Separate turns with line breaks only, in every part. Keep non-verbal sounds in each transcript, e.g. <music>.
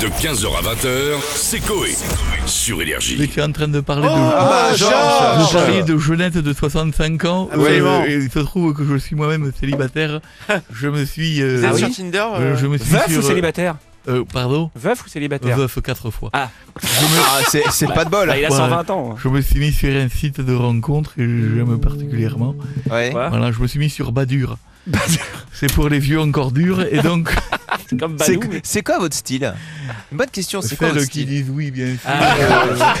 De 15h à 20h, c'est Coé. Sur
Vous
Énergie.
étiez en train de parler de.
bah,
Ah,
Vous
Georges
parliez de jeunette de 65 ans.
Absolument.
Euh, il se trouve que je suis moi-même célibataire. Je me suis. euh,
Vous êtes
oui,
sur Tinder
euh, je me suis
Veuf
sur,
ou célibataire
euh, Pardon
Veuf ou célibataire
Veuf quatre fois.
Ah, c'est c'est pas de bol.
Bah, Il a
Ouais.
120 ans.
Je me suis mis sur un site de rencontre que j'aime particulièrement.
Ouais.
Quoi
Voilà, je me suis mis sur Badur. <laughs> C'est pour les vieux encore durs et donc
C'est comme
C'est
Balou. mais-
c'est quoi votre style Une Bonne question, c'est quoi
celles
votre
qui
style
disent oui bien sûr.
Ah,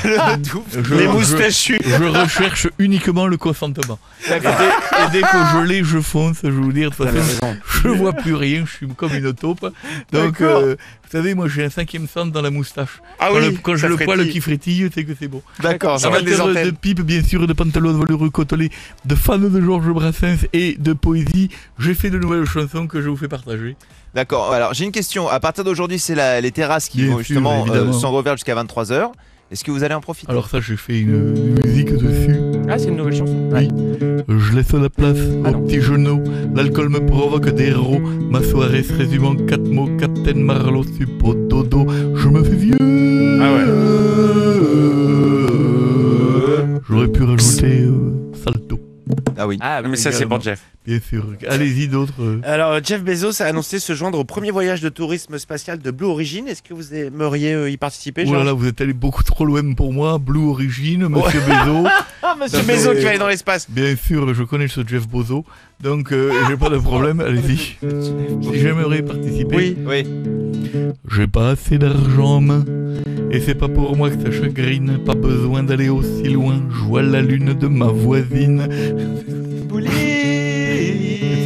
Le double.
Je- je- Je recherche uniquement le consentement.
d'accord.
Et dès que je l'ai, je fonce, je vous dire, de toute façon, <laughs> je vois plus rien, je suis comme une taupe. Donc,
D'accord.
euh, vous savez, moi j'ai un cinquième centre dans la moustache.
Ah
quand
oui,
le, quand je
ça
le poil
frétille.
qui frétille, c'est que c'est bon.
D'accord, ça va des
Amateur de
antennes.
pipe, bien sûr, de pantalons valeureux côtelés, de fans de Georges Brassens et de poésie, j'ai fait de nouvelles chansons que je vous fais partager.
D'accord. Alors j'ai une question. À partir d'aujourd'hui, c'est la- les terrasses qui
Bien
vont
sûr,
justement
évidemment.
s'en refaire jusqu'à 23 h Est-ce que vous allez en profiter
Alors ça, j'ai fait une une musique dessus.
Ah, c'est une nouvelle chanson.
Oui. Je laisse la place
Ah
aux
non.
petits genoux. L'alcool me provoque des rots. Ma soirée se résume en quatre mots. Captain Marlowe, suppo, dodo. Je me fais vieux.
Ah
J'aurais pu rajouter euh, salto,
Ah oui.
Ah,
Mais ça, c'est
également.
pour Jeff.
bien sûr. Allez-y d'autres. euh.
Alors, Jeff Bezos a annoncé se joindre au premier voyage de tourisme spatial de Blue Origin. Est-ce que vous aimeriez euh, y participer,
Oh là
Georges
là, vous êtes allé beaucoup trop loin pour moi. Blue Origin, Monsieur Bezos.
Ah, monsieur
Ça fait-
Bezos qui va aller dans l'espace.
Bien sûr, je connais ce Jeff Bezos. Donc, euh, j'ai pas de problème. Allez-y. Si j'aimerais participer.
Oui.
Oui.
J'ai pas assez d'argent en main, et c'est pas pour moi que ça chagrine. Pas besoin d'aller aussi loin, je vois la lune de ma voisine. Tiens,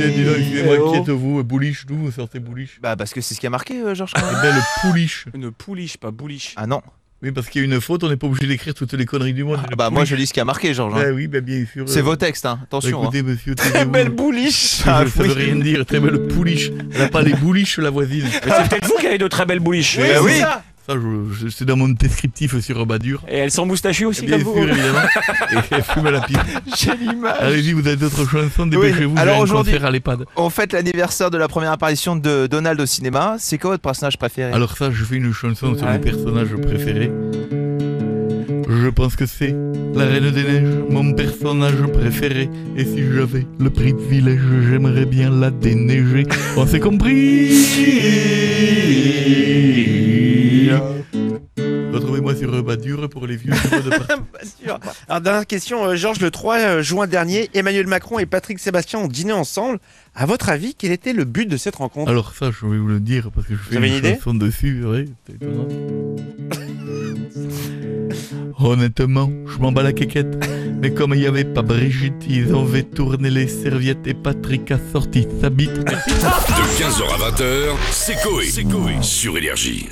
dis donc, excusez-moi, qui êtes-vous euh, Bouliche, d'où vous sortez Bouliche
Bah parce que c'est ce qui a marqué, euh, Georges.
Eh ben, le pouliche.
Une pouliche, pas bouliche.
Ah non.
Oui, parce qu'il y a une faute, on n'est pas obligé d'écrire toutes les conneries du monde.
Ah, bah moi je lis ce qui a marqué, Georges. hein.
Bah oui, bah bien sûr.
C'est
euh,
vos textes, hein. Attention.
Écoutez,
<laughs>
monsieur,
Très
taisez-vous.
belle bouliche.
Ça
Ah,
veut- ça
oui.
veut rien dire, très belle pouliche. Elle a pas les bouliches, la voisine.
Mais c'est peut-être vous qui avez de très belles bouliches.
bah
c'est
oui.
ça.
Ça, je- je- c'est dans mon descriptif sur Badur.
Et elles sont moustachues aussi,
Eh Bien
comme
sûr,
vous.
évidemment. <laughs> Et elle fume à la pipe. <laughs>
J'ai l'image.
Allez-y, vous avez d'autres chansons,
Oui,
dépêchez-vous,
alors
j'ai un
aujourd'hui-
concert à l'EHPAD.
On fête l'anniversaire de la première apparition de Donald au cinéma. C'est quoi votre personnage préféré
Alors ça, je fais une chanson sur
Ouais.
mon personnage préféré. Je pense que c'est la Reine des Neiges, mon personnage préféré. Et si j'avais le prix de village, j'aimerais bien la déneiger. On s'est compris Retrouvez-moi sur Badur pour les vieux numéros de partout.
Pas sûr. Alors, dernière question, euh, Georges. Le 3 euh, juin dernier, Emmanuel Macron et Patrick Sébastien ont dîné ensemble. À votre avis, quel était le but de cette rencontre
Alors ça, je vais vous le dire parce que je fais
avez une idée
chanson dessus, ouais, c'est étonnant. Honnêtement, je m'en bats la quéquette. Mais comme il n'y avait pas Brigitte, ils ont fait tourner les serviettes et Patrick a sorti sa bite.
De 15h à 20h, c'est Coé. Sur Énergie.